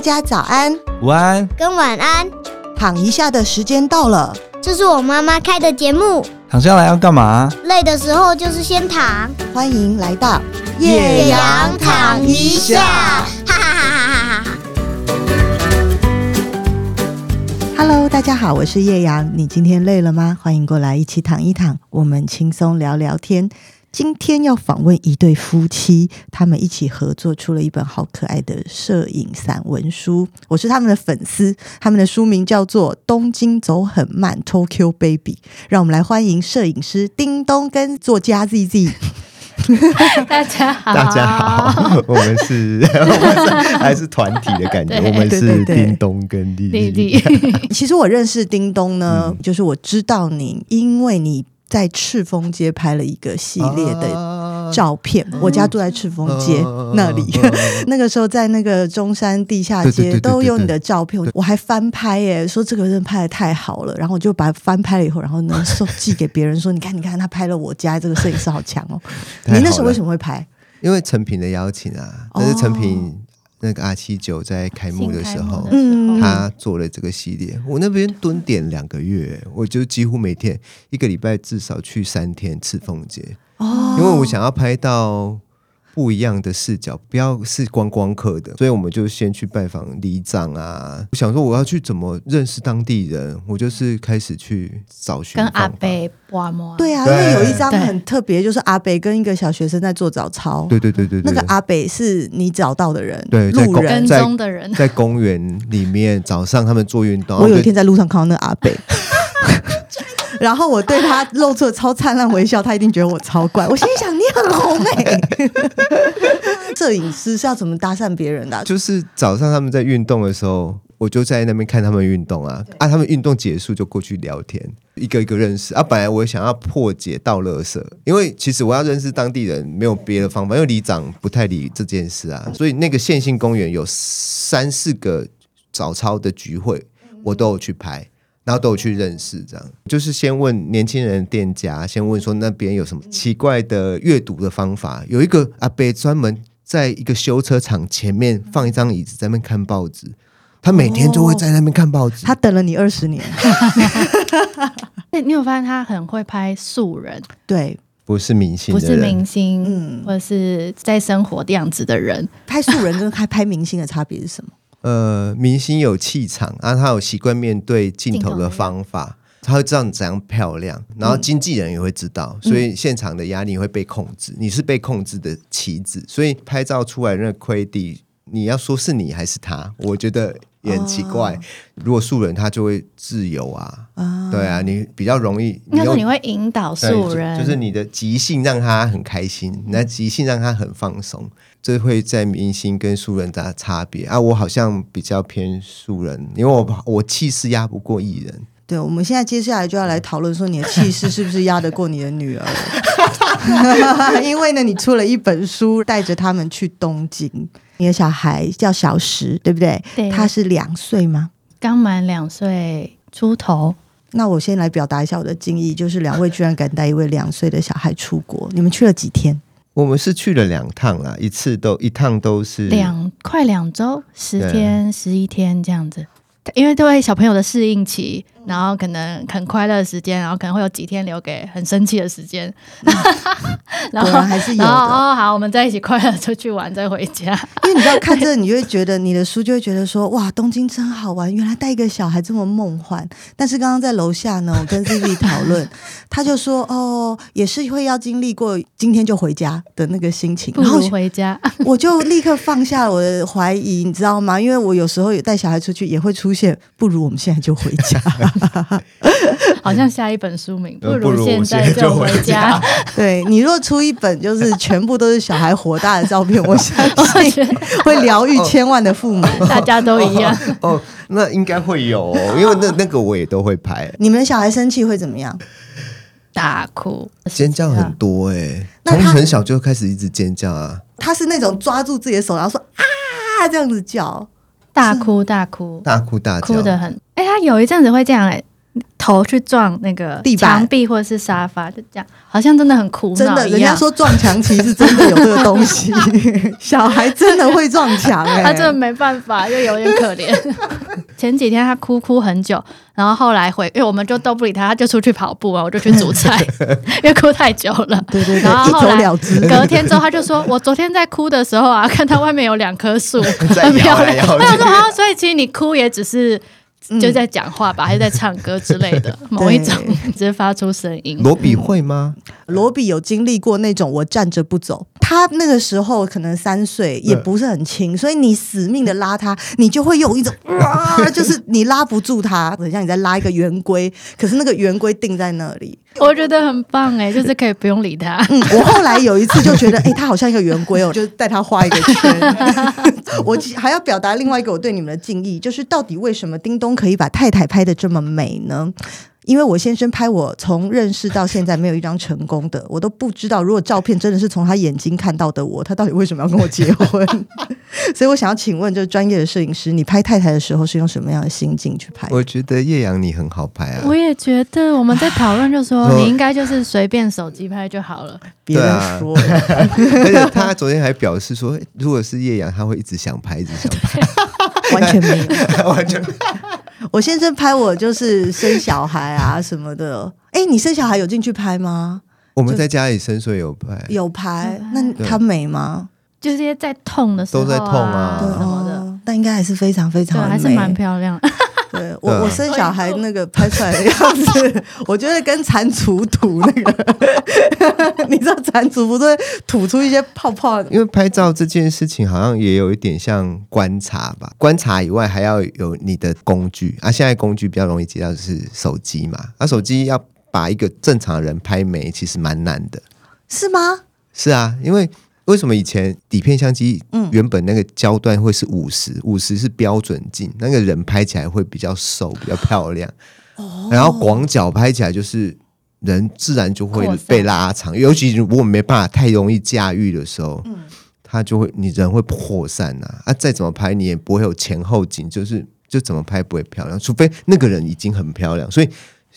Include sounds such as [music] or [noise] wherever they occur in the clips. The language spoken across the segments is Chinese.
家早安，午安，跟晚安，躺一下的时间到了。这是我妈妈开的节目。躺下来要干嘛？累的时候就是先躺，欢迎来到夜仰阳躺一下，哈哈哈哈哈哈！ Hello，大家好，我是叶阳。你今天累了吗？欢迎过来一起躺一躺，我们轻松聊聊天。今天要访问一对夫妻，他们一起合作出了一本好可爱的摄影散文书。我是他们的粉丝，他们的书名叫做《东京走很慢》（Tokyo Baby）。让我们来欢迎摄影师叮咚跟作家 Z Z。大家好，大家啊好， [laughs] 我们是，我们是还是团体的感觉，对我们对对是对叮咚跟丽丽丽。丽，其实我认识叮咚呢，嗯就是我知道你，因为你在赤峰街拍了一个系列啊的啊的照片。嗯我家住在赤峰街、那里， [laughs] 那个时候在那个中山地下对对街对对都有你对的照片，我还翻拍耶、说这个人拍的太好了，然后我就把它翻拍了以后，然后呢送寄给别人说，你看你看他拍了我家，这个摄影师好强 [laughs] 哦。太好了你那时候为什么会拍？因为陈平的邀请啊，哦但是陈平那个 R 七九在开幕的时候新开幕。的嗯，他做了这个系列，我那边蹲点两个月，我就几乎每天一个礼拜至少去三天赤峰街，哦因为我想要拍到不一样的视角，不要是观光客的，所以我们就先去拜访里长啊。我想说我要去怎么认识当地人，我就是开始去找寻跟方法阿贝哇摩，对啊，因对为有一张对很特别，就是阿北跟一个小学生在做早操。对对对对对，那个阿北是你找到的人，对在路公人跟。踪的人，在公园里面早上他们做运动，我有一然后就天在路上看到那个阿 [laughs] 北。然后我对他露出了超灿烂微笑，他一定觉得我超怪。我心里想，你很红哎、 [laughs] 摄影师是要怎么搭讪别人的啊、就是早上他们在运动的时候，我就在那边看他们运动啊啊，他们运动结束就过去聊天，一个一个认识啊。本来我想要破解倒垃圾，因为其实我要认识当地人没有别的方法，因为里长不太理这件事啊，所以那个县性公园有三四个早操的聚会，我都有去拍。然后都有去认识，这样就是先问年轻人店家，先问说那边有什么奇怪的阅读的方法。有一个阿伯专门在一个修车厂前面放一张椅子，在那边看报纸。他每天就会在那边看报纸。他等了你二十年，对你有发现他很会拍素人，对，不是明星不的是人，嗯明星，或者是在生活的样子的人，拍素人跟拍拍明星的差别是什么？呃，明星有气场啊，他有习惯面对镜头的方法，他会知道你怎样漂亮，嗯然后经纪人也会知道，所以现场的压力会被控制，你是被控制的棋子，所以拍照出来那个 q u a l i 你要说是你还是他，我觉得也很奇哦怪。如果素人，他就会自由啊，啊对啊，你比较容易，应该说用你会引导对素就人，就是你的即兴让他很开心，你的即兴让他很放松，这会在明星跟素人的差别啊。我好像比较偏素人，因为我我气势压不过艺人。对，我们现在接下来就要来讨论说你的气势是不是压得过你的女儿， [laughs] 因为呢，你出了一本书，带着他们去东京。你的小孩叫小石，对不对？对他是两岁吗？刚满两岁出头，那我先来表达一下我的敬意，就是两位居然敢带一位两岁的小孩出国，你们去了几天？我们是去了两趟啦，一次都一趟都是两快两周，十对天、十一天这样子。因为对小朋友的适应期，然后可能很快乐的时间，然后可能会有几天留给很生气的时间， [laughs] 嗯 [laughs] 然后啊果然还是有的然后哦，好，我们在一起快乐出去玩，再回 [laughs] 家。因为你知道看这，你就会觉得你的书就会觉得说，哇，东京真好玩，原来带一个小孩这么梦幻。但是刚刚在楼下呢，我跟 Z Z 讨论，他就说，哦，也是会要经历过今天就回家的那个心情，不然后如回 [laughs] 家。我就立刻放下我的怀疑，你知道吗？因为我有时候也带小孩出去，也会出现不如我们现在就回家。 [laughs] 好像下一本书名，呃不如如现我在现在就回回家。 [laughs] 对你若出一本就是全部都是小孩火大的照片，我相信会疗愈千万的父母。大家都一 [laughs] 样，哦，那应该会有、哦，因为那那个我也都会拍，你们小孩生气会怎么样？大哭，啊尖叫很多哎、那从他很小就开始一直尖叫啊，他是那种抓住自己的手，然后说啊这样子叫，大哭大哭，大哭大叫， [laughs] 哭的很。哎、他有一阵子会这样、哎，头去撞那个地板墙壁或者是沙发，就这样，好像真的很苦恼真的，一人家样说撞墙其实真的有这个东 [laughs] 西，小孩真的会撞墙哎、他真的没办法，又有点可怜。 [laughs] 前几天他哭哭很久，然后后来回，因为我们就都不理他，他就出去跑步啊，我就去煮菜， [laughs] 因为哭太久了。对对对，然后一后走来嗯了之。隔天之后，他就说：“我昨天在哭的时候啊，看到外面有两棵树， [laughs] 在很摇漂来亮。”摇我 [laughs] 想说：“去。啊，所以其实你哭也只是就在讲话吧，还是在唱歌之类的，某一种只是发出声音。”罗比会吗？罗比有经历过那种我站着不走，他那个时候可能三岁，也不是很轻，所以你死命的拉他，你就会有一 [laughs] 种哇，就是你拉不住他，很像你在拉一个圆规，可是那个圆规定在那里。我觉得很棒哎、就是可以不用理他。嗯，我后来有一次就觉得，哎、他好像一个圆规哦，就带他画一个圈。 [laughs] 我其还要表达另外一个我对你们的敬意，就是到底为什么叮咚可以把太太拍的这么美呢？因为我先生拍我从认识到现在没有一张成功的，我都不知道如果照片真的是从他眼睛看到的我，他到底为什么要跟我结婚？ [laughs] 所以我想要请问，就是专业的摄影师，你拍太太的时候是用什么样的心境去拍？我觉得叶阳你很好拍啊 [laughs] 我。也觉得我们在讨论，就 [laughs] 说说你应该就是随便手机拍就好了。别对人啊说， [laughs] 而且他昨天还表示说，诶如果是叶阳，他会一直想拍，一直想 [laughs] 完全没有。拍， [laughs] 完全 [laughs] 我先生拍我就是生小孩啊什么的。哎，你生小孩有进去拍吗？我们在家里伸缩有拍，有拍有拍，那对他美吗？就是在痛的时候、啊、都在痛啊对什么的，哦，欸但应该还是非常非常对，的美还是蛮漂亮。对我对啊我生小孩那个拍出来的样 [laughs] 子，我觉得跟蟾蜍吐那个， [laughs] 你知道蟾蜍不是会吐出一些泡泡？因为拍照这件事情好像也有一点像观察吧，观察以外还要有你的工具啊。现在工具比较容易接到就是手机嘛，啊，手机要把一个正常人拍美其实蛮难的。是吗？是啊，因为为什么以前底片相机嗯原本那个焦段会是五十、五十是标准镜，那个人拍起来会比较瘦、比较漂亮。哦然后广角拍起来就是人自然就会扩散被拉长，尤其如果没办法太容易驾驭的时候，嗯它就会你人会扩散呐、啊。再怎么拍你也不会有前后景，就是就怎么拍不会漂亮，除非那个人已经很漂亮，所以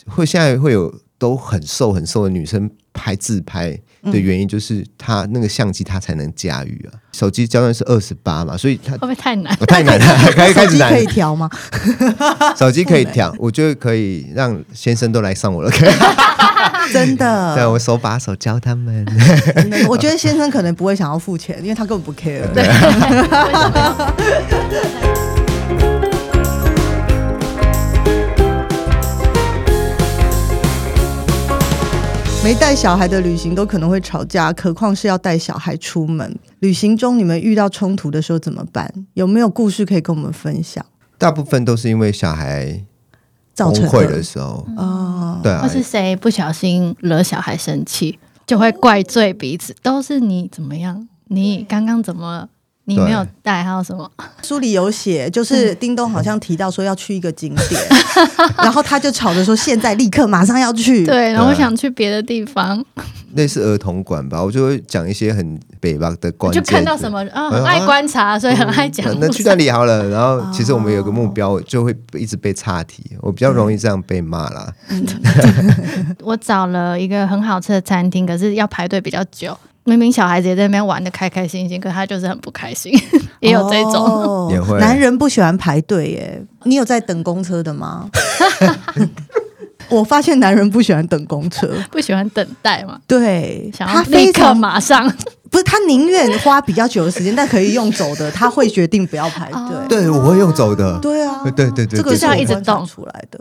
会现在会有都很瘦很瘦的女生拍自拍的原因，就是她那个相机她才能驾驭啊。手机焦段是二十八嘛，所以 [laughs] 她会不会太 [laughs] 难？我太难了，开始开手始机难可了以。调吗？手机可以调，我觉得可以让先生都来上我 [laughs] 的课，真 [laughs] 对啊的，我手把手教 [laughs] 他们。真的我觉得先生可能不会想要付钱，因为他根本不 care。对。 [laughs] 没带小孩的旅行都可能会吵架，何况是要带小孩出门。旅行中你们遇到冲突的时候怎么办？有没有故事可以跟我们分享？大部分都是因为小孩崩造成溃的时候，哦，对啊或，是谁不小心惹小孩生气，就会怪罪彼嗯此，都是你怎么样，你刚刚怎么了，你没有带，还有什么？书里有写，就是嗯叮咚好像提到说要去一个景 [laughs] 点，然后他就吵着说现在立刻马上要去。对，然后对啊我想去别的地方，类似儿童馆吧，我就会讲一些很北吧的关就键，看到什么啊，很嗯爱观察，所以很爱讲呃那。那去那里好了。然哦后其实我们有个目标，我就会一直被岔题，我比较容易这样被骂啦。嗯我找了一个很好吃的餐厅，可是要排队比较久。明明小孩子也在那边玩的开开心心，可他就是很不开心， [laughs] 也有这种。哦也会男人不喜欢排队耶。你有在等公车的 [laughs] 吗？我发现男人不喜欢等公车，不喜欢等待嘛，对想要他立非刻常马上。 [laughs] 不是他宁愿花比较久的时间，但可以用走的，他会决定不要排哦队。对，我会用走的，对啊，对对对对，这个对是要我一直观察动出来的。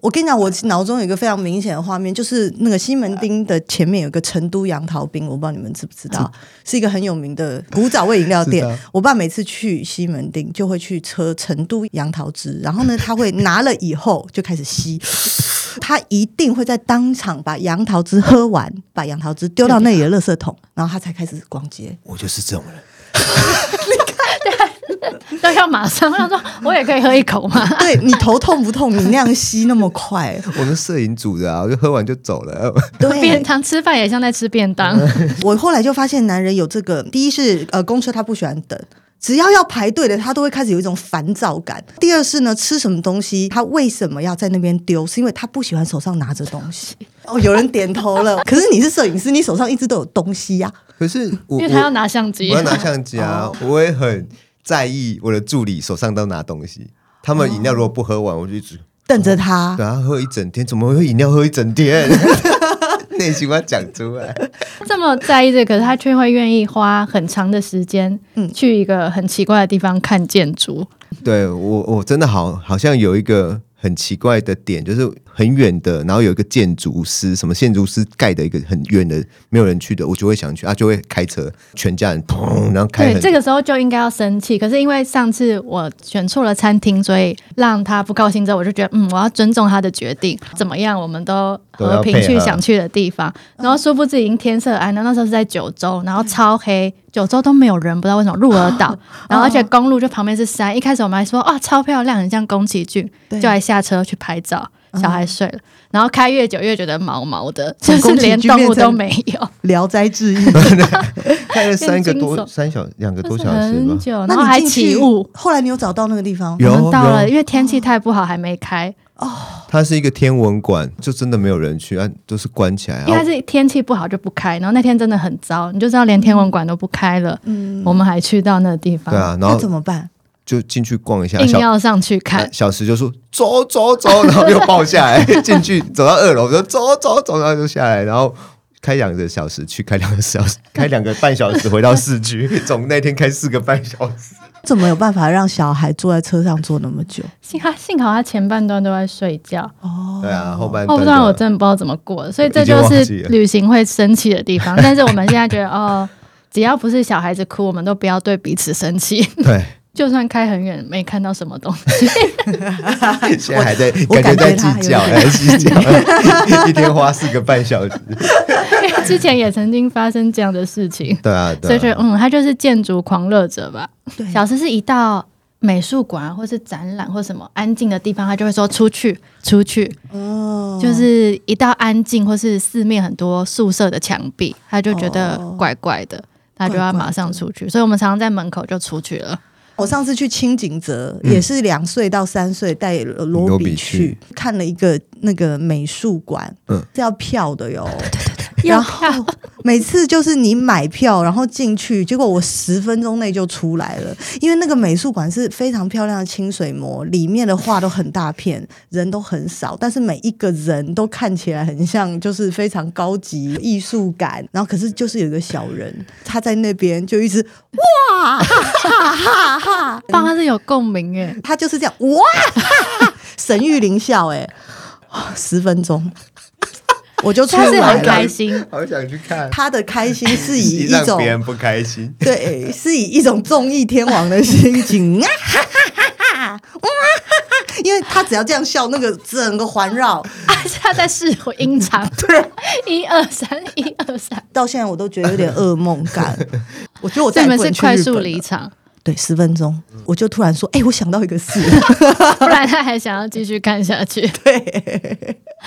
我跟你讲，我脑中有一个非常明显的画面，就是那个西门町的前面有一个成都杨桃冰，我不知道你们知不知道，是一个很有名的古早味饮料店知道。我爸每次去西门町就会去喝成都杨桃汁，然后呢，他会拿了以后就开始吸， [laughs] 他一定会在当场把杨桃汁喝完，把杨桃汁丢到那里的垃圾桶，然后他才开始逛街。我就是这种人。都要马上。我想 [laughs] 说，我也可以喝一口吗？对你头痛不痛？你那样吸那么 [laughs] 快，我们摄影组的啊，我就喝完就走了。 [laughs] 对，便当吃饭也像在吃便当，嗯我后来就发现，男人有这个，第一是呃，公车他不喜欢等。只要要排队的，他都会开始有一种烦躁感。第二是呢，吃什么东西，他为什么要在那边丢？是因为他不喜欢手上拿着东西。 [laughs] 哦，有人点头了。 [laughs] 可是你是摄影师，你手上一直都有东西啊呀、可是 [laughs] 我因为我他要拿相机我要，拿相 [laughs] 机啊，哦我也很在意我的助理手上都拿东西。他们饮料如果不喝完，我就一直瞪着他。等他喝一整天，怎么会饮料喝一 [laughs] 整天？ [laughs] 内心要讲出来， [laughs] 这么在意这个，可是他却会愿意花很长的时间，嗯去一个很奇怪的地方看建筑。对我我真的好好像有一个很奇怪的点，就是很远的，然后有一个建筑师，什么建筑师盖的一个很远的没有人去的，我就会想去啊，就会开车，全家人砰，然后开对，很这个时候就应该要生气。可是因为上次我选错了餐厅，所以让他不高兴之后，我就觉得嗯，我要尊重他的决定，怎么样，我们都都要和平配去合想去的地方。然后殊不知已经天色啊暗了，那时候是在九州，然后超黑，九州都没有人，不知道为什么鹿儿 [laughs] 岛，然后而且公路就旁边是山。一开始我们还说啊、超漂亮，很像宫崎骏，对啊就还下车去拍照。小孩睡了，然后开越久越觉得毛毛的，就从是宫崎连骏动物变成都没有，聊斋志 [laughs] 异》开了三个很多惊悚三小两个多小时吧很，久，哦然后那还你进起去雾。后来你有找到那个地方？有我们到了，因为天气太不好，还没开，它是一个天文馆，就真的没有人去啊，都是关起来。因为它啊是天气不好就不开。然后那天真的很糟，你就知道连天文馆都不开了，我们还去到那个地方，嗯对啊，然那后怎么办？就进去逛一下，硬小要上去看。小石就说走走走， [laughs] 然后又抱下来，进去走到二楼，说走走走，然后就下来，然后。开两个小时去，开两个小时，开两个半小时回到市区，总那天开四个半小时。怎么有办法让小孩坐在车上坐那么久？哦幸好幸好他前半段都在睡觉，对啊，后半后半段的段我真的哦不知道怎么过的，所以这就已经忘是记了旅行会生气的地 [laughs] 方。但是我们现在觉得，哦，只要不是小孩子哭，我们都不要对彼此生气。 [laughs] 对，就算开很远没看到什么东 [laughs] 西，现在还在我感觉在感觉他还有计较，点还在计较，一天花四个半小时。因为之前也曾经发生这样的事情。对啊，所对以觉得，啊嗯，他就是建筑狂热者吧。对小时是一到美术馆或是展览或什么安静的地方，他就会说出去，出去。哦，就是一到安静或是四面很多宿舍的墙壁，他就觉得哦怪怪的。他就怪要怪马上的出去，所以我们常常在门口就出去了。我上次去清景泽，也是两岁到三岁带罗嗯罗比比去去看了一个那个美术馆，嗯是要票的哟。要然后每次就是你买票，然后进去，结果我十分钟内就出来了，因为那个美术馆是非常漂亮的清水模，里面的画都很大片，人都很少，但是每一个人都看起来很像，就是非常高级艺术感。然后可是就是有一个小人，他在那边就一直嗯爸他是有共鸣耶，他就是这样哇，哈哈神域灵笑哎、哇十分钟我就出他是来了很开。心。好想去看，他的开心是以一让种别人不开心。对，是以一种综艺天王的心情啊哈哈哈哈哇哈哈，因为他只要这样笑，那个整个环绕啊，他在试回 [laughs] 音场，啊一二三，一二三。到现在我都觉得有点噩梦感。我觉得我所再以也你不们能是去快日速本离了。场，对，十分钟，我就突然说：“哎、我想到一个事。不然他还想要继续看下去。 [laughs]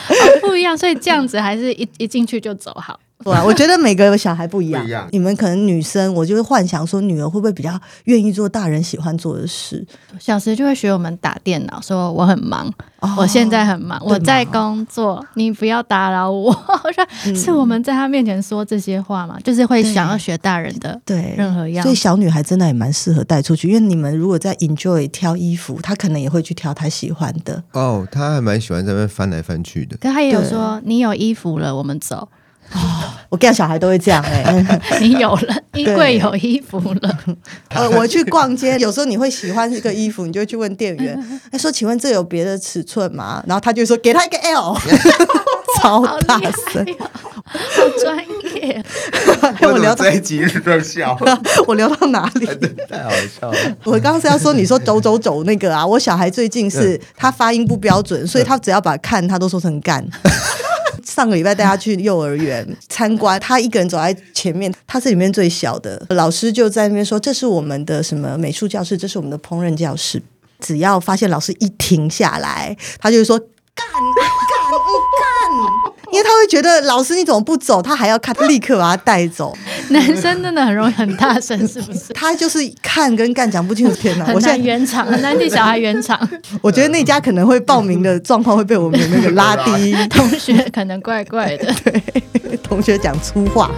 哦对，不一样，所以这样子还是一一进去就走好。 [laughs] 对啊，我觉得每个小孩不一样。不一样你们可能女生，我就会幻想说，女儿会不会比较愿意做大人喜欢做的事？小时就会学我们打电脑，说我很忙，哦我现在很忙，我在工作，你不要打扰我。 [laughs] 我说、嗯是我们在他面前说这些话嘛，就是会想要学大人的。对任何样所以小女孩真的也蛮适合带出去，因为你们如果在 enjoy 挑衣服，她可能也会去挑她喜欢的。哦，他还蛮喜欢在那边翻来翻去的。可他也有说，你有衣服了，我们走； [laughs] 我跟你讲小孩都会这样哎、 [laughs] 你有了衣柜有衣服 [laughs] 了，呃，我去逛街，有时候你会喜欢一个衣服，你就去问店员，哎，说请问这有别的尺寸吗？然后他就说给他一个 L，超 [laughs] 好大厉害声，哦、 [laughs] 好专业。哎，我聊到这一集都笑， [laughs] 我聊到哪里？哎太好笑了。 [laughs] 我刚刚是要说，你说走走走那个啊，我小孩最近嗯是他发音不标准，所以他只要把看他都说成干。 [laughs] 上个礼拜带他去幼儿园参观，他一个人走在前面，他是里面最小的。老师就在那边说：“这是我们的什么美术教室，这是我们的烹饪教室。”只要发现老师一停下来，他就会说：“干干不干？”因为他会觉得老师你怎么不走，他还要看，立刻把他带走。男生真的很容易很大声，是不是？他就是看跟干讲不清楚。天哪，[laughs] 很我现难在圆场，很难替小孩 [laughs] 圆场。我觉得那家可能会报名的状况会被我们的那个拉低，同学可能怪怪的。同学讲粗话。 [laughs]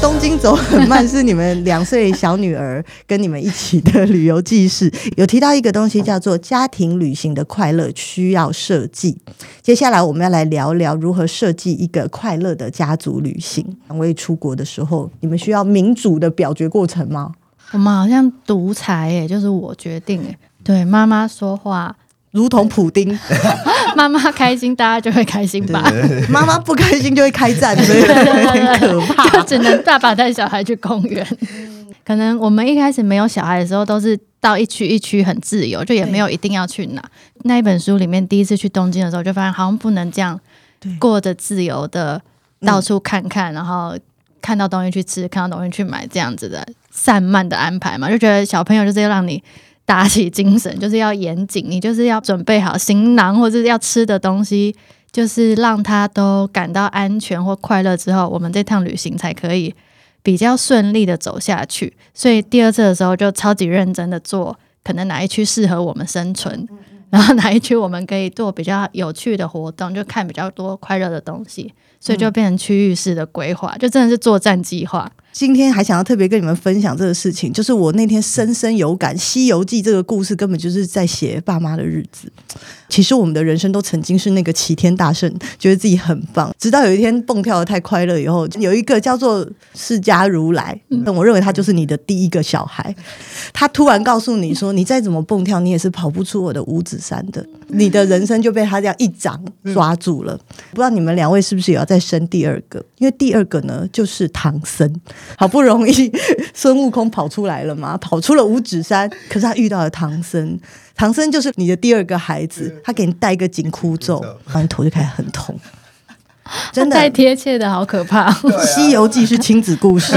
东京走很慢是你们两岁小女儿跟你们一起的旅游记事，有提到一个东西叫做家庭旅行的快乐需要设计。接下来我们要来聊聊如何设计一个快乐的家族旅行。两位出国的时候，你们需要民主的表决过程吗？我们好像独裁耶，就是我决定耶。对妈妈说话， [coughs] 如同普丁，妈妈开心，大家就会开心吧。 [laughs] 妈妈不开心就会开战，嗯所以 [laughs] 很可怕。 [laughs] 就只能爸爸带小孩去公园。可能我们一开始没有小孩的时候，都是到一区一区很自由，就也没有一定要去哪。那一本书里面，第一次去东京的时候，就发现好像不能这样对过着自由的嗯到处看看，然后看到东西去吃，看到东西去买这样子的散漫的安排嘛，就觉得小朋友就是要让你。打起精神就是要严谨，你就是要准备好行囊或者是要吃的东西，就是让他都感到安全或快乐之后，我们这趟旅行才可以比较顺利的走下去。所以第二次的时候就超级认真的做，可能哪一区适合我们生存，然后哪一区我们可以做比较有趣的活动，就看比较多快乐的东西，所以嗯就变成区域式的规划，就真的是作战计划。今天还想要特别跟你们分享这个事情，就是我那天深深有感，《西游记》这个故事根本就是在写爸妈的日子。其实我们的人生都曾经是那个齐天大圣，觉得自己很棒，直到有一天蹦跳的太快乐以后，有一个叫做释迦如来，但我认为他就是你的第一个小孩，他突然告诉你说，你再怎么蹦跳，你也是跑不出我的五指山的，你的人生就被他这样一掌抓住了。不知道你们两位是不是也要再生第二个？因为第二个呢，就是唐僧，好不容易孙悟空跑出来了嘛，跑出了五指山，可是他遇到了唐僧，唐僧就是你的第二个孩子，他给你戴一个紧箍咒，然后你头就开始很痛，真的。太贴切的好可怕， 《西游记》是亲子故事，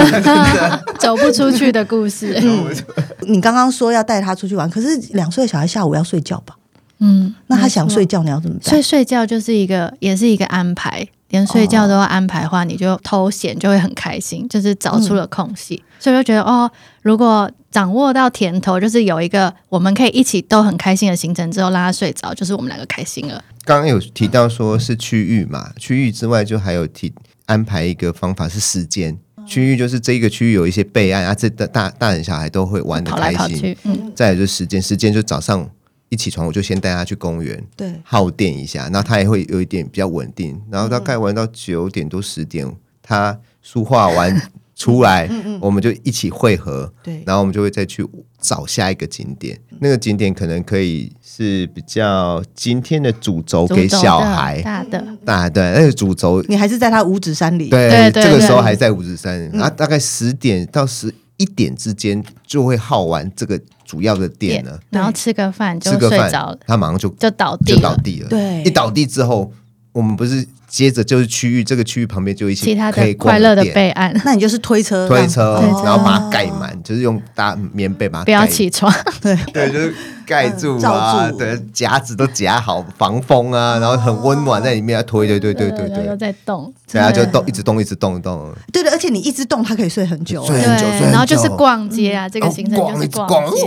[laughs] 走不出去的故嗯事。嗯你刚刚说要带他出去玩，可是两岁的小孩下午要睡觉吧？嗯，那他想睡觉，你要怎么所办以？睡觉就是一个，也是一个安排，连睡哦觉都要安排的话，你就偷闲就会很开心，就是找嗯出了空隙，所以就觉得哦，如果掌握到甜头，就是有一个我们可以一起都很开心的行程之后，让他睡着，就是我们两个开心了。刚刚有提到说是区域嘛，区域之外就还有提安排一个方法是时间。区域就是这一个区域有一些备案啊，这大大大人小孩都会玩的跑来开跑心。去，嗯，再来就是时间，时间就早上一起床我就先带他去公园对，耗电一下，然后他也会有一点比较稳定，然后大概玩到九点多十点，他书画完出来，嗯我们就一起汇合，对然后我们就会再去找下一个景点，那个景点可能可以是比较今天的主轴主给轴小的孩，大的，啊，对，那个主轴你还是在他五指山里。对，对对这个时候对嗯还在五指山，然后大概十点到十一点之间就会耗完这个主要的电了，然后吃个饭就吃个睡饭着了，，他马上就就倒地就倒了。地了。对一倒地之后，我们不是接着就是区域这个区域旁边就一些其他可的以逛快乐的店啊备案，那你就是推车，推车，让然后把它盖满，就是用大棉被把 [laughs] 它不要盖起床，对，就是盖嗯住罩啊，住对，夹子都夹好，防风哦啊，然后很温暖在里面，推，对对对 [laughs] 对然后又对，在动，对啊，就动一直动一直动动，对对，而且你一直动，它可以睡很久。哦睡对很久睡，很然后就是久嗯哦逛街啊，这个行程就是逛街。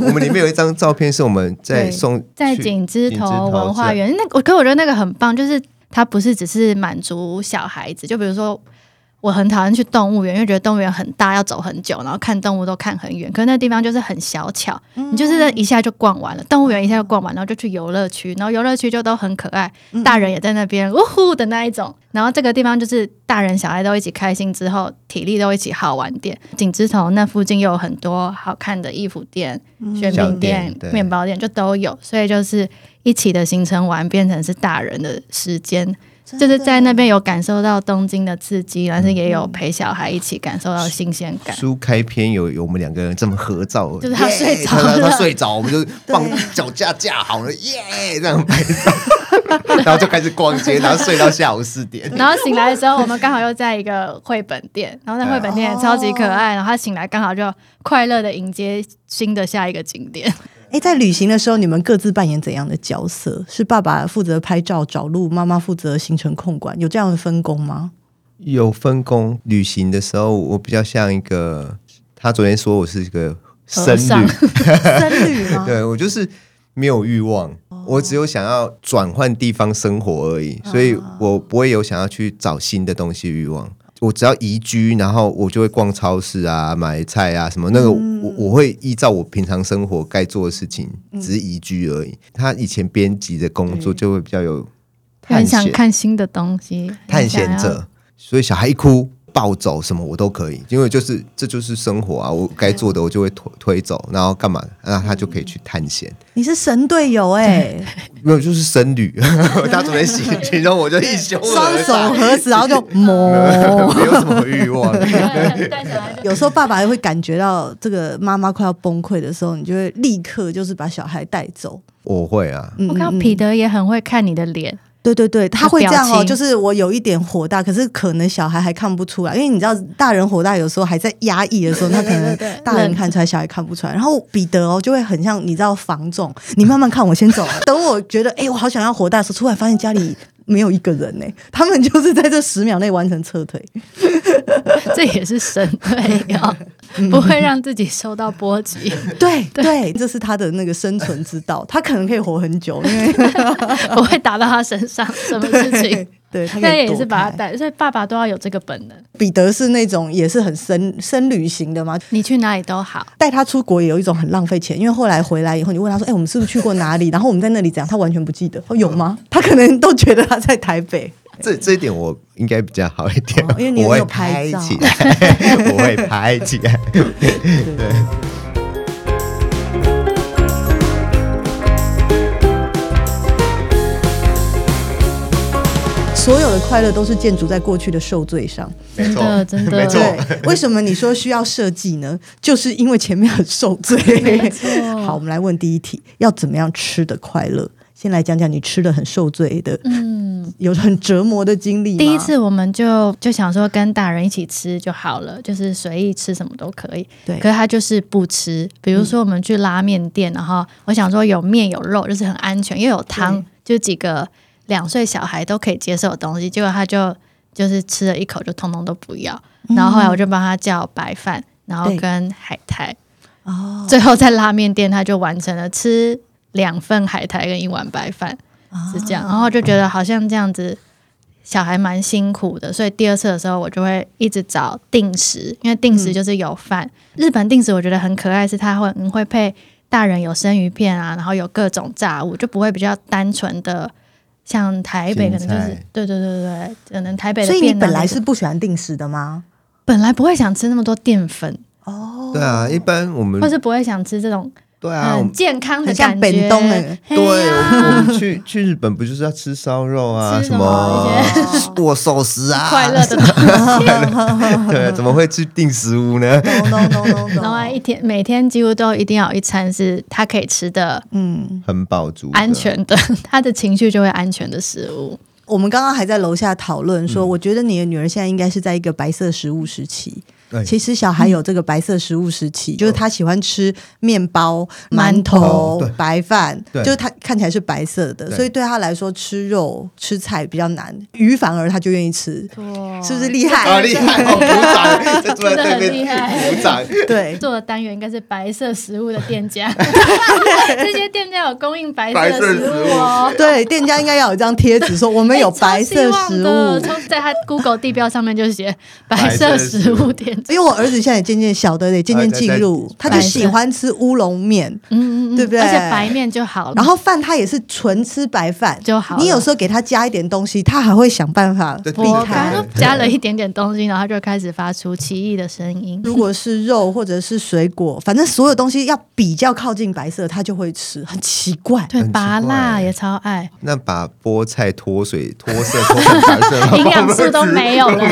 我们里面有一张照片是我们在对送在去景之景之头头文化是园，那我可我觉得那个很棒，就是它不是只是满足小孩子，就比如说。我很讨厌去动物园，因为觉得动物园很大，要走很久，然后看动物都看很远。可是那地方就是很小巧，你就是那一下就逛完了，动物园一下就逛完，然后就去游乐区，然后游乐区就都很可爱，大人也在那边呜呼的那一种。然后这个地方就是大人小孩都一起开心之后，体力都一起好玩点。景之头那附近又有很多好看的衣服店、选小品店店、对面包店就都有，所以就是一起的行程完变成是大人的时间，就是在那边有感受到东京的刺激，嗯但是也有陪小孩一起感受到新鲜感。书开篇有有我们两个人这么合照，就是他耶睡着他他了他睡着，我们就放脚架架好了，耶，这样 [laughs] 拍照，然后就开始逛街，然后睡到下午四点。然后醒来的时候，我们刚好又在一个绘本店，然后那绘本哦店也超级可爱，然后他醒来刚好就快乐的迎接新的下一个景点。哎，在旅行的时候，你们各自扮演怎样的角色？是爸爸负责拍照找路，妈妈负责行程控管，有这样的分工吗？有分工。旅行的时候，我比较像一个，他昨天说我是一个僧和 [laughs] 尚侣，僧侣吗？对我就是没有欲望，我只有想要转换地方生活而已，啊所以我不会有想要去找新的东西欲望。我只要移居，然后我就会逛超市啊、买菜啊什么。那个嗯我我会依照我平常生活该做的事情，只是移居而已。他以前编辑的工作就会比较有探很险想看新的东西，探很想险要。者，所以小孩一哭暴走什么我都可以，因为就是这就是生活啊，我该做的我就会推推走，然后干嘛，那他就可以去探险。你是神队友哎、没有，就是僧侣。 [laughs] 他昨天形形容我就一胸双而手上，合十，然后 [laughs] 就摸。没有什么 [laughs] 欲望。有时候爸爸会感觉到这个妈妈快要崩溃的时候，你就会立刻就是把小孩带走。我会啊，嗯我看到嗯彼得也很会看你的 [laughs] 脸，对对对，他会这样表哦，情就是我有一点火大，可是可能小孩还看不出来，因为你知道大人火大有时候还在压抑的时候，他可能对对对大人看出来，小孩看不出来。然后彼得哦就会很像你知道房总，你慢慢看，我先走 [laughs] 了。等我觉得哎、我好想要火大的时候，出来发现家里没有一个人呢、欸他们就是在这十秒内完成撤退。这也是神队嗯友，不会让自己受到波 [laughs] 及，对对，这是他的那个生存之道，他可能可以活很久，因 [laughs] 为不会打到他身上什么事情。对他可以但也躲是把开他带，所以爸爸都要有这个本能。彼得是那种也是很深深旅行的嘛，你去哪里都好，带他出国也有一种很浪费钱，因为后来回来以后，你问他说：“哎、我们是不是去过哪里？”然后我们在那里怎样，他完全不记得。哦，有吗？他可能都觉得他在台北。这这一点我应该比较好一点哦，因为你有我会有拍拍照起来， [laughs] 我会拍起来。所有的快乐都是建筑在过去的受罪上。没真 [laughs] 的真的，没错对，为什么你说需要设计呢？就是因为前面很受罪。好，我们来问第一题：要怎么样吃的快乐？先来讲讲你吃的很受罪的，嗯，有很折磨的经历吗。第一次我们就就想说跟大人一起吃就好了，就是随意吃什么都可以。对可是他就是不吃。比如说我们去拉面店，然后我想说有面有肉，就是很安全，又有汤，就几个两岁小孩都可以接受的东西。结果他就就是吃了一口就通通都不要。然后后来我就帮他叫白饭，然嗯后对跟海苔。哦，最后在拉面店他就完成了吃两份海苔跟一碗白饭，是这样。哦然后就觉得好像这样子小孩蛮辛苦的，所以第二次的时候我就会一直找定时，因为定嗯时就是有饭。日本定时我觉得很可爱，是它会很会配大人有生鱼片啊，然后有各种炸物，就不会比较单纯的。像台北可能就是青菜对对对对，可能台北的所以你便当本来那是种不喜欢定时的吗？本来不会想吃那么多淀粉，哦对啊，一般我们或是不会想吃这种对啊，我很们健康的很像感本觉。东欸嘿对，哎呀我们去去日本不就是要吃烧肉啊，吃什什么么一些剁寿司啊，快乐的， [laughs] 对，怎么会去定食物呢？咚咚咚咚 [laughs] 然后啊咚。一天每天几乎都一定要有一餐是他可以吃的、嗯，很饱足的，安全的，他的情绪就会安全的食物。我们刚刚还在楼下讨论说，嗯我觉得你的女儿现在应该是在一个白色食物时期。哎其实小孩有这个白色食物时嗯期，就是她喜欢吃面包、馒馒头头哦对、白饭，对就是她看起来是白色的，对所以对她来说吃肉、吃菜比较难，鱼反而她就愿意吃，是不是厉害？好厉害！哦，鼓 [laughs] 掌，在坐在真对的很厉面害鼓掌。对，做的单元应该是白色食物的店 [laughs] 家，这些店家有供应白白色色食物哦。对，店家应该要有一张贴纸说我们有哎超白色希望食的物。从在他 Google 地标上面就 [laughs] 写白白色色食食物物店家，因为我儿子现在也渐渐小的，也渐渐哎在进在入，他就白色喜欢吃乌龙面，嗯嗯嗯，对不对而且白面就好了，然后饭他也是纯吃白饭就好了你有时候给他加一点东西，他还会想办法对避我避开开。刚刚加了一点点东西，然后他就开始发出奇异的声音。嗯如果是肉或者是水果，反正所有东西要比较靠近白色，他就会吃，很奇怪。对，很奇拔怪辣也超 [laughs] 爱， [laughs] 那把菠菜脱水、脱色、脱成白色，然后 [laughs] 营养素都没有了。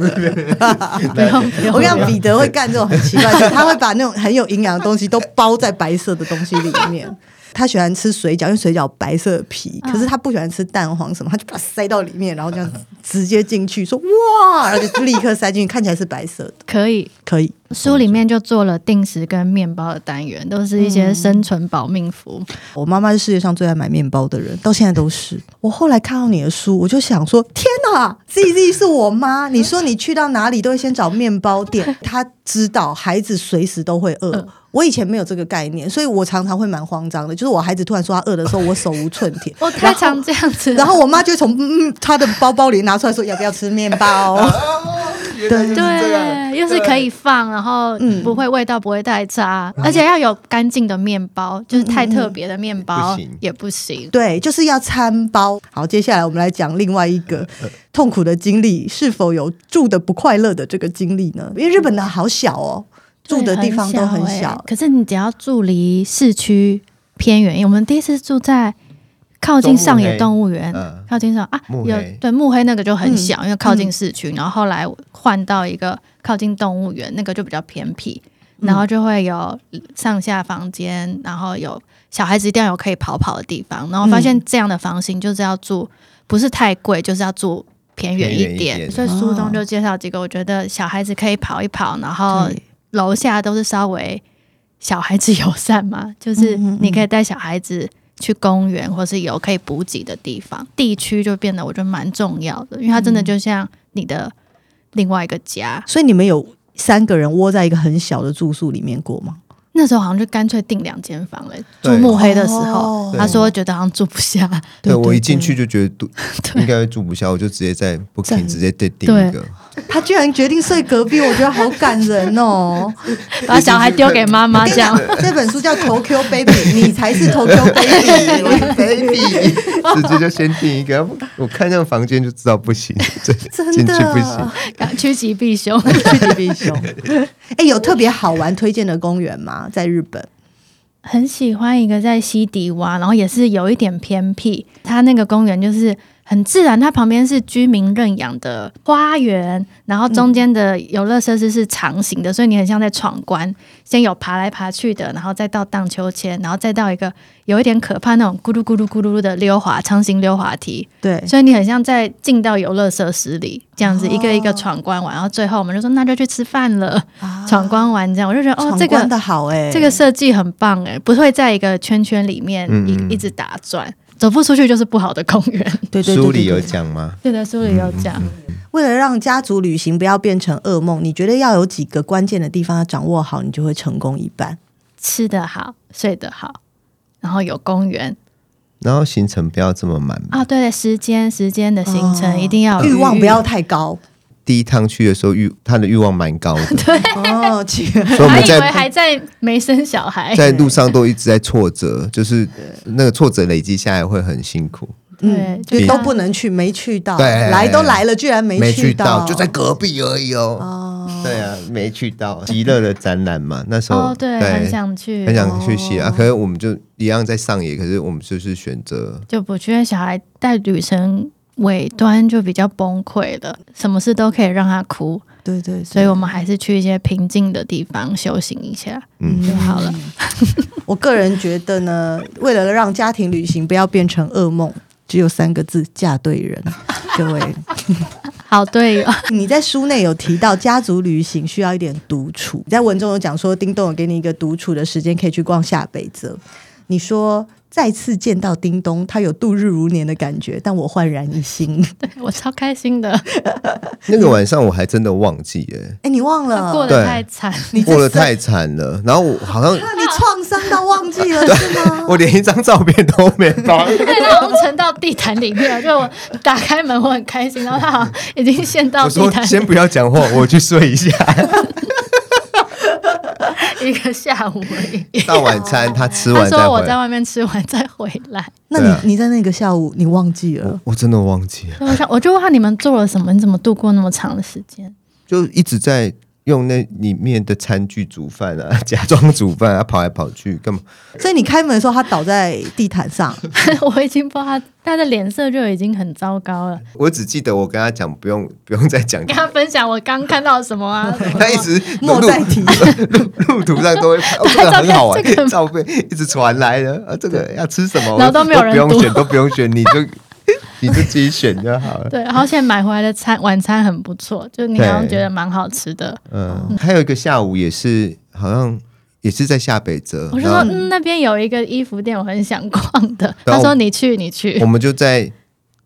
[laughs] 不 [laughs] 用不 [laughs] 用，我跟你讲，彼得会干这种很奇怪的事，他会把那种很有营养的东西都包在白色的东西里面。 [laughs] 他喜欢吃水饺，因为水饺白色的皮，嗯可是他不喜欢吃蛋黄什么，他就把它塞到里面，然后这样直接进去，说哇，然后就立刻塞进去，看起来是白色的，可以。可以。书里面就做了定时跟面包的单元，都是一嗯些生存保命符。我妈妈是世界上最爱买面包的人，到现在都是。我后来看到你的书，我就想说：天哪，Z Z 是我妈！你说你去到哪里都会先找面包店，她知道孩子随时都会饿嗯。。我以前没有这个概念，所以我常常会蛮慌张的。就是我孩子突然说他饿的时候，我手无寸铁我太常这样子了，然后我妈就从嗯她的包包里拿出来说：“要不要吃面 [laughs] 包哦原来就是这嗯样对，又是可以放，然后不会味道不会太差，嗯而且要有干净的面包，就是太特别的面包嗯不行也不行？”。对，就是要餐包。好，接下来我们来讲另外一个痛苦的经历，是否有住的不快乐的这个经历呢？因为日本的好小哦，住的地方都很对小欸，可是你只要住离市区偏远，我们第一次住在靠近上野动物园中目黑嗯，靠近上啊，目黑有对目黑那个就嗯很小，因为靠近市区。然后后来换到一个靠近动物园，那个就比较偏僻，嗯然后就会有上下房间，然后有小孩子一定要有可以跑跑的地方。然后发现这样的房型就是要住，不是太贵，就是要住。偏远偏远一一点，点所以书中就介绍几个，我觉得小孩子可以跑一跑，然后对楼下都是稍微小孩子友善嘛， [laughs] 就是你可以带小孩子去公园，或是有可以补给的地方。地区就变得我觉得蛮重要的，因为它真的就像你的另外一个家。所以你们有三个人窝在一个很小的住宿里面过吗？那时候好像就干脆订两间房了，对住幕黑的时候，哦他说觉得好像住不下，对对我一对进去就觉得住对应该会住不下，我就直接在 Booking 赞直接订订对一个，他居然决定睡隔壁，我觉得好感人哦！把小孩丢给妈妈这样。 [laughs] [laughs] 这本书叫《Tokyo Baby》，你才是 Tokyo Baby。 [laughs] baby，直接就先订一个。我看那个房间就知道不行， [laughs] 真真的进去不 [laughs] 行。趋吉避凶，去迪比熊，哎，有特别好玩推荐的公园吗？在日本，很喜欢一个在西迪洼，然后也是有一点偏僻。它那个公园就是很自然，它旁边是居民认养的花园，然后中间的游乐设施是长形的，所以你很像在闯关。先有爬来爬去的，然后再到荡秋千，然后再到一个有一点可怕那种咕噜咕噜咕噜的溜滑长形溜滑梯，对哦所以你很像在进到游乐设施里这样子一个一个闯关完，然后最后我们就说那就去吃饭了。闯关完这样，我就觉得哦，啊闯这个关的好哎，这个设计很棒哎，不会在一个圈圈里面嗯一、嗯一直打转，走不出去就是不好的公园。对对书对里对有对，讲吗？ [laughs] 对的，书里有讲，为了让家族旅行不要变成噩梦，你觉得要有几个关键的地方要掌握好，你就会成功一半。吃得好，睡得好，然后有公园然后行程不要这么满。啊，对时间时间的行程哦一定要有欲望余不要太高第一趟去的时候欲他的欲望蛮 [laughs] 高的，哦，请所以我还们以为在还在没生小孩，在路上都一直在挫折，就是那个挫折累积下来会很辛苦。对，嗯就就都不能去，没去到，对来都来了，居然没去到，就在隔壁而已哦。哦，对啊，没去到极乐的展览嘛，那时候哦，对，很想去，哦很想去写啊，可是我们就一样在上野，可是我们就是选 [laughs] 择就不去，因为小孩带旅程尾端就比较崩溃了，什么事都可以让他哭，对对，所以我们还是去一些平静的地方修行一下，嗯就好了。我个人觉得呢，为了让家庭旅行不要变成噩梦，只有三个字：嫁对人。各位，好队友， [laughs] 你在书内有提到家族旅行需要一点独处，在文中有讲说，叮咚有给你一个独处的时间，可以去逛下北泽。你说再次见到叮咚，他有度日如年的感觉，但我焕然一 [laughs] 新。对 [laughs] 我超开心的，那个晚上，我还真的忘记耶，哎，你忘了过得太惨，你这过得太惨了。然后我好像 [laughs] 那你创伤到忘记了是吗？我连一张照片都没 [laughs] 发，对，他好像沉到地毯里面了。就我打开门，我很开心，然后他好像已经陷到我地说毯先不要讲话，我去睡 [laughs] 一下。一个下午而已。到晚餐他吃他完再说我回在来，外面吃完再回来。那对啊嗯你你在那个下午你忘记了嗯我，我真的忘记了，所以我想，我就问他你们做了什么？你怎么度过那么长的时间？就一直在用那里面的餐具煮饭啊， [laughs] 假装煮饭啊，跑来跑去干嘛？所以你开门的时候，他倒在地毯 [laughs] 上， [laughs] 我已经不知道他他的脸色就已经很糟糕了。我只记得我跟他讲不用不用再讲，跟他分享我刚看到什么啊，什么 [laughs] 他一 [laughs] 直莫路再提。路途上都会拍，哦、这个照片很好玩，这个很照片一直传来的啊，这个要吃什么，哦然后都没有人不用读选，都不用选，[laughs] 你就你就自己选就好了。对，而且买回来的餐晚餐很不错，就你好像对觉得蛮好吃的。嗯，还有一个下午也是好像也是在下北泽，我就然说、后嗯、那边有一个衣服店，我很想逛的。 [laughs] 他然后说你去，你去我们就在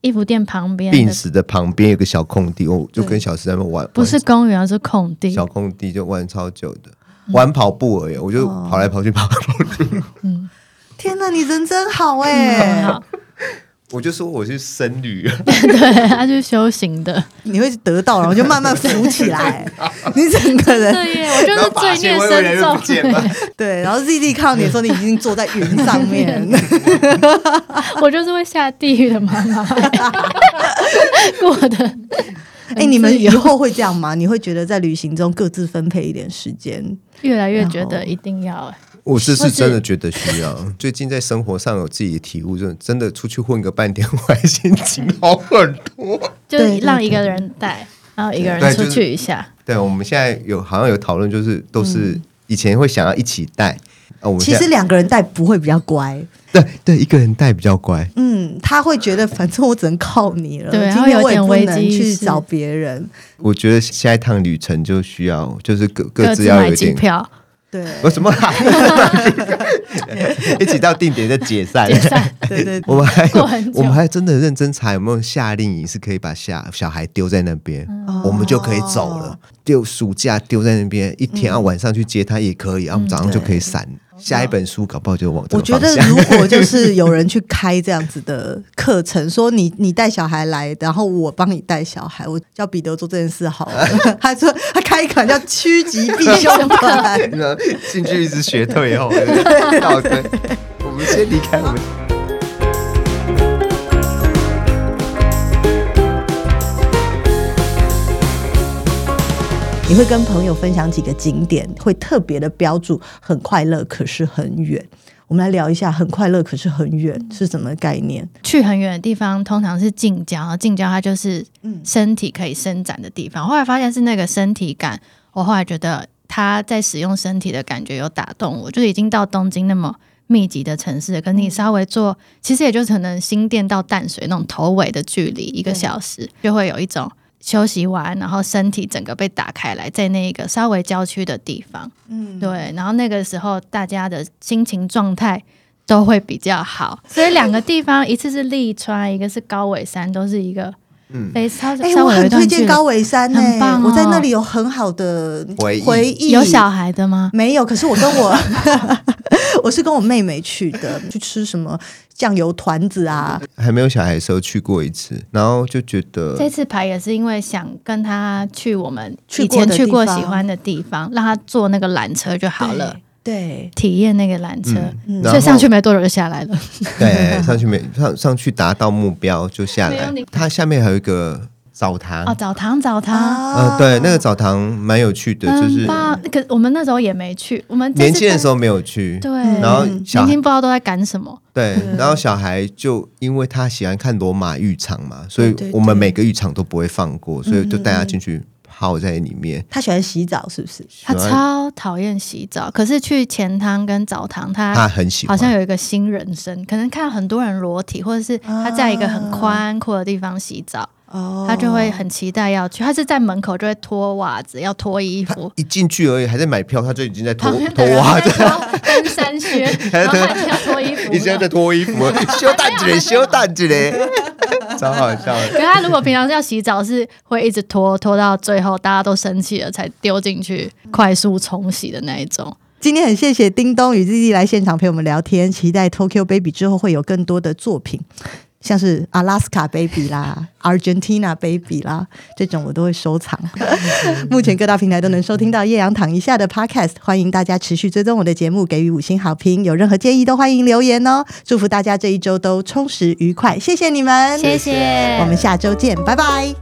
衣服店旁边病的，死的旁边有个小空地，我就跟小石他们玩，不是公园，而是空地玩。小空地就玩超久的。玩跑步而已，我就哦跑来跑去跑来跑去。天哪，你人真好嗯很哎、好，我就说我是僧侣， [laughs] 对，他去修行的。你会得到，然后就慢慢浮起来，你整个人 [laughs] 对耶，我就然后是发罪现孽我越来深越不见重了。。对，然后 Z Z 看到你的时候，你已经坐在云上 [laughs] 面， [laughs] 我就是会下地狱的妈妈、过的。哎、你们以后会这样吗？你会觉得在旅行中各自分配一点时间？越来越觉得一定要、 [laughs] 哎，我这或是是真的觉得需要。最近在生活上有自己的体悟，真的真的出去混个半天，我还心情好很多。就对对让一个人带，然后一个对人就出是去一下。对，我们现在有好像有讨论，就是都是嗯以前会想要一起带，啊，我们其现在实两个人带不会比较乖，对对一个人带比较乖。嗯，他会觉得反正我只能靠你了，对今他会天有我也点不危能机意去识找别人，我觉得下一趟旅程就需要，就是各各各自自要有买一机点。票，对。我什么 [laughs] 啦？一起到定点再解散。解散。对对我们还有过很，久我们还真的认真查有没有夏令营是可以把下小孩丢在那边，嗯我们就可以走了。哦丢暑假丢在那边一天，啊，晚上去接他也可以，啊，我嗯们早上就可以散。下一本书搞不好就往这我个觉方得向。如果就是有人去开这样子的课程，说你你带小孩来，然后我帮你带小孩，我叫彼得做这件事好了。 [laughs] 他说他开一款叫趋吉避 [laughs] 凶团， [laughs] 那进去一直学退后，对倒退。我们先离开 [laughs] 我们。你会跟朋友分享几个景点，会特别的标注很快乐，可是很远。我们来聊一下很快乐，可是很远是什么概念？去很远的地方通常是近郊，然后近郊它就是嗯身体可以伸展的地方。后来发现是那个身体感，我后来觉得他在使用身体的感觉有打动我，就是已经到东京那么。密集的城市，可嗯你稍微坐，其实也就是可能新店到淡水那种头尾的距离，一个小时就会有一种休息完，然后身体整个被打开来，在那一个稍微郊区的地方，嗯，对，然后那个时候大家的心情状态都会比较好，所以两个地方，一次是利川，一个是高尾山，都是一个嗯非稍哎、稍我微有一很段推距离荐高尾山呢、很棒哦我在那里有很好的回忆忆有小孩的吗？没有，可是我跟 [laughs] 我我是跟我妹妹去的，去吃什么酱油团子啊，还没有小孩的时候去过一次，然后就觉得这次排也是因为想跟他去我们去以过前的去过地方喜欢的地方，让他坐那个缆车就好了，对。体验那个缆车。嗯，然所后以上去没多久就下来了，对，上去没上上去达到目标就下没有来你。它下面还有一个澡堂哦，，澡堂澡堂，啊嗯，对，那个澡堂蛮有趣的，就很是棒。可我们那时候也没去，我们这次年轻的时候候没有去，对，然后小年孩轻不知道都在赶什么，对，然后小孩就因为他喜欢看罗马浴场嘛，所以对对我们每个浴场都不会放过，所以就带他进去泡在里面。她喜欢洗澡，是不是？他喜欢超讨厌洗澡，可是去钱汤跟澡堂，他他很喜好欢，像有一个新人生，可能看很多人裸体，或者是他在一个啊很宽阔的地方洗澡，哦他就会很期待要去。他是在门口就会脱袜子，要脱衣服。一进去而已，还在买票，他就已经在脱旁边脱的人袜在子，脱登山 [laughs] 靴，然后喊要脱衣服一。直在脱衣服，修蛋子嘞，修蛋子嘞，超好笑的。可是他如果平常要洗澡，是会一直拖拖到最后，大家都生气了才丢进去快速冲洗的那一种。今天很谢谢叮咚与 Z Z 来现场陪我们聊天，期待 Tokyo Baby 之后会有更多的作品，像是 Alaska Baby 啦、Argentina Baby 啦，这种我都会收藏。目前各大平台都能收听到叶阳躺一下的 Podcast，欢迎大家持续追踪我的节目，给予五星好评，有任何建议都欢迎留言哦。祝福大家这一周都充实愉快，谢谢你们，谢谢，我们下周见，拜拜。